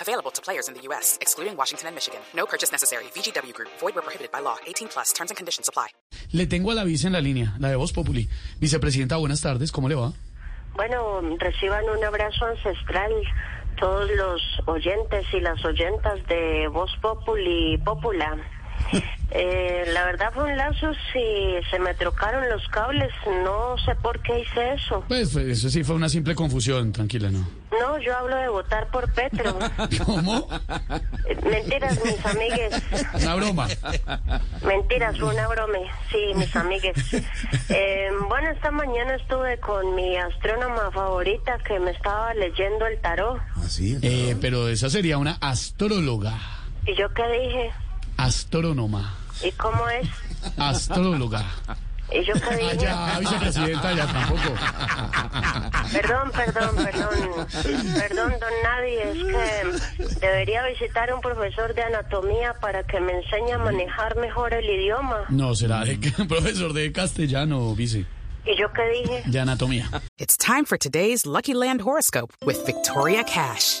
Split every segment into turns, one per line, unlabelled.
Available to players in the U.S., excluding Washington and Michigan. No purchase necessary. VGW Group, void were prohibited by law. 18 plus terms and conditions apply.
Le tengo a la vice en la línea, la de Voz Populi. Vicepresidenta, buenas tardes, ¿cómo le va?
Bueno, reciban un abrazo ancestral todos los oyentes y las oyentas de Voz Populi Popula. Eh, la verdad fue un lazo si se me trocaron los cables, no sé por qué hice eso.
Pues fue- eso sí fue una simple confusión, tranquila, ¿no?
No, yo hablo de votar por Petro.
¿Cómo?
Eh, Mentiras, mis amigues.
Una broma.
Mentiras, fue una broma. Sí, mis amigues. Eh, bueno, esta mañana estuve con mi astrónoma favorita que me estaba leyendo el tarot.
Así.
Eh, pero esa sería una astróloga,
¿Y yo qué dije?
astrónoma,
¿Y cómo es?
astróloga.
¿Y yo qué dije?
Allá, vicepresidenta, ya tampoco.
Perdón, perdón, perdón. Perdón, don Nadie, es que debería visitar un profesor de anatomía para que me enseñe a manejar mejor el idioma.
No, será de profesor de castellano, vice,
¿Y yo qué dije?
de anatomía.
It's time for today's Lucky Land horoscope with Victoria Cash.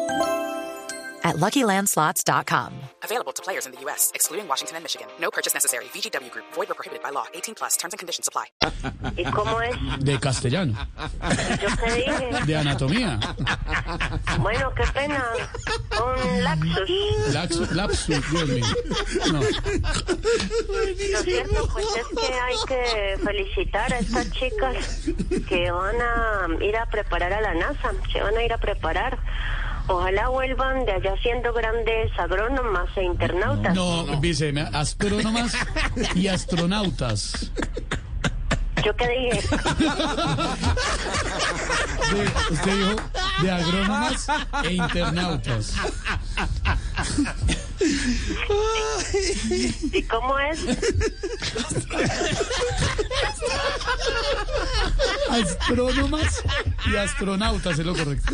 at luckylandslots.com.
Available to players in the U.S., excluding Washington and Michigan. No purchase necessary. VGW Group, void were prohibited by law. 18 plus terms and conditions apply.
¿Y cómo es?
De castellano,
¿Y yo qué dije?
de anatomía.
Bueno, qué pena. Un laxus.
Laxu- lapsus, Dios mío. No.
Lo cierto pues es que hay que felicitar a estas chicas que van a ir a preparar a la NASA, se van a ir a preparar. Ojalá vuelvan de allá siendo grandes agrónomas e internautas.
No, vice, me- astrónomas y astronautas.
Yo qué dije,
De, usted dijo de agrónomas e internautas.
¿y cómo es?
Astrónomas y astronautas es lo correcto.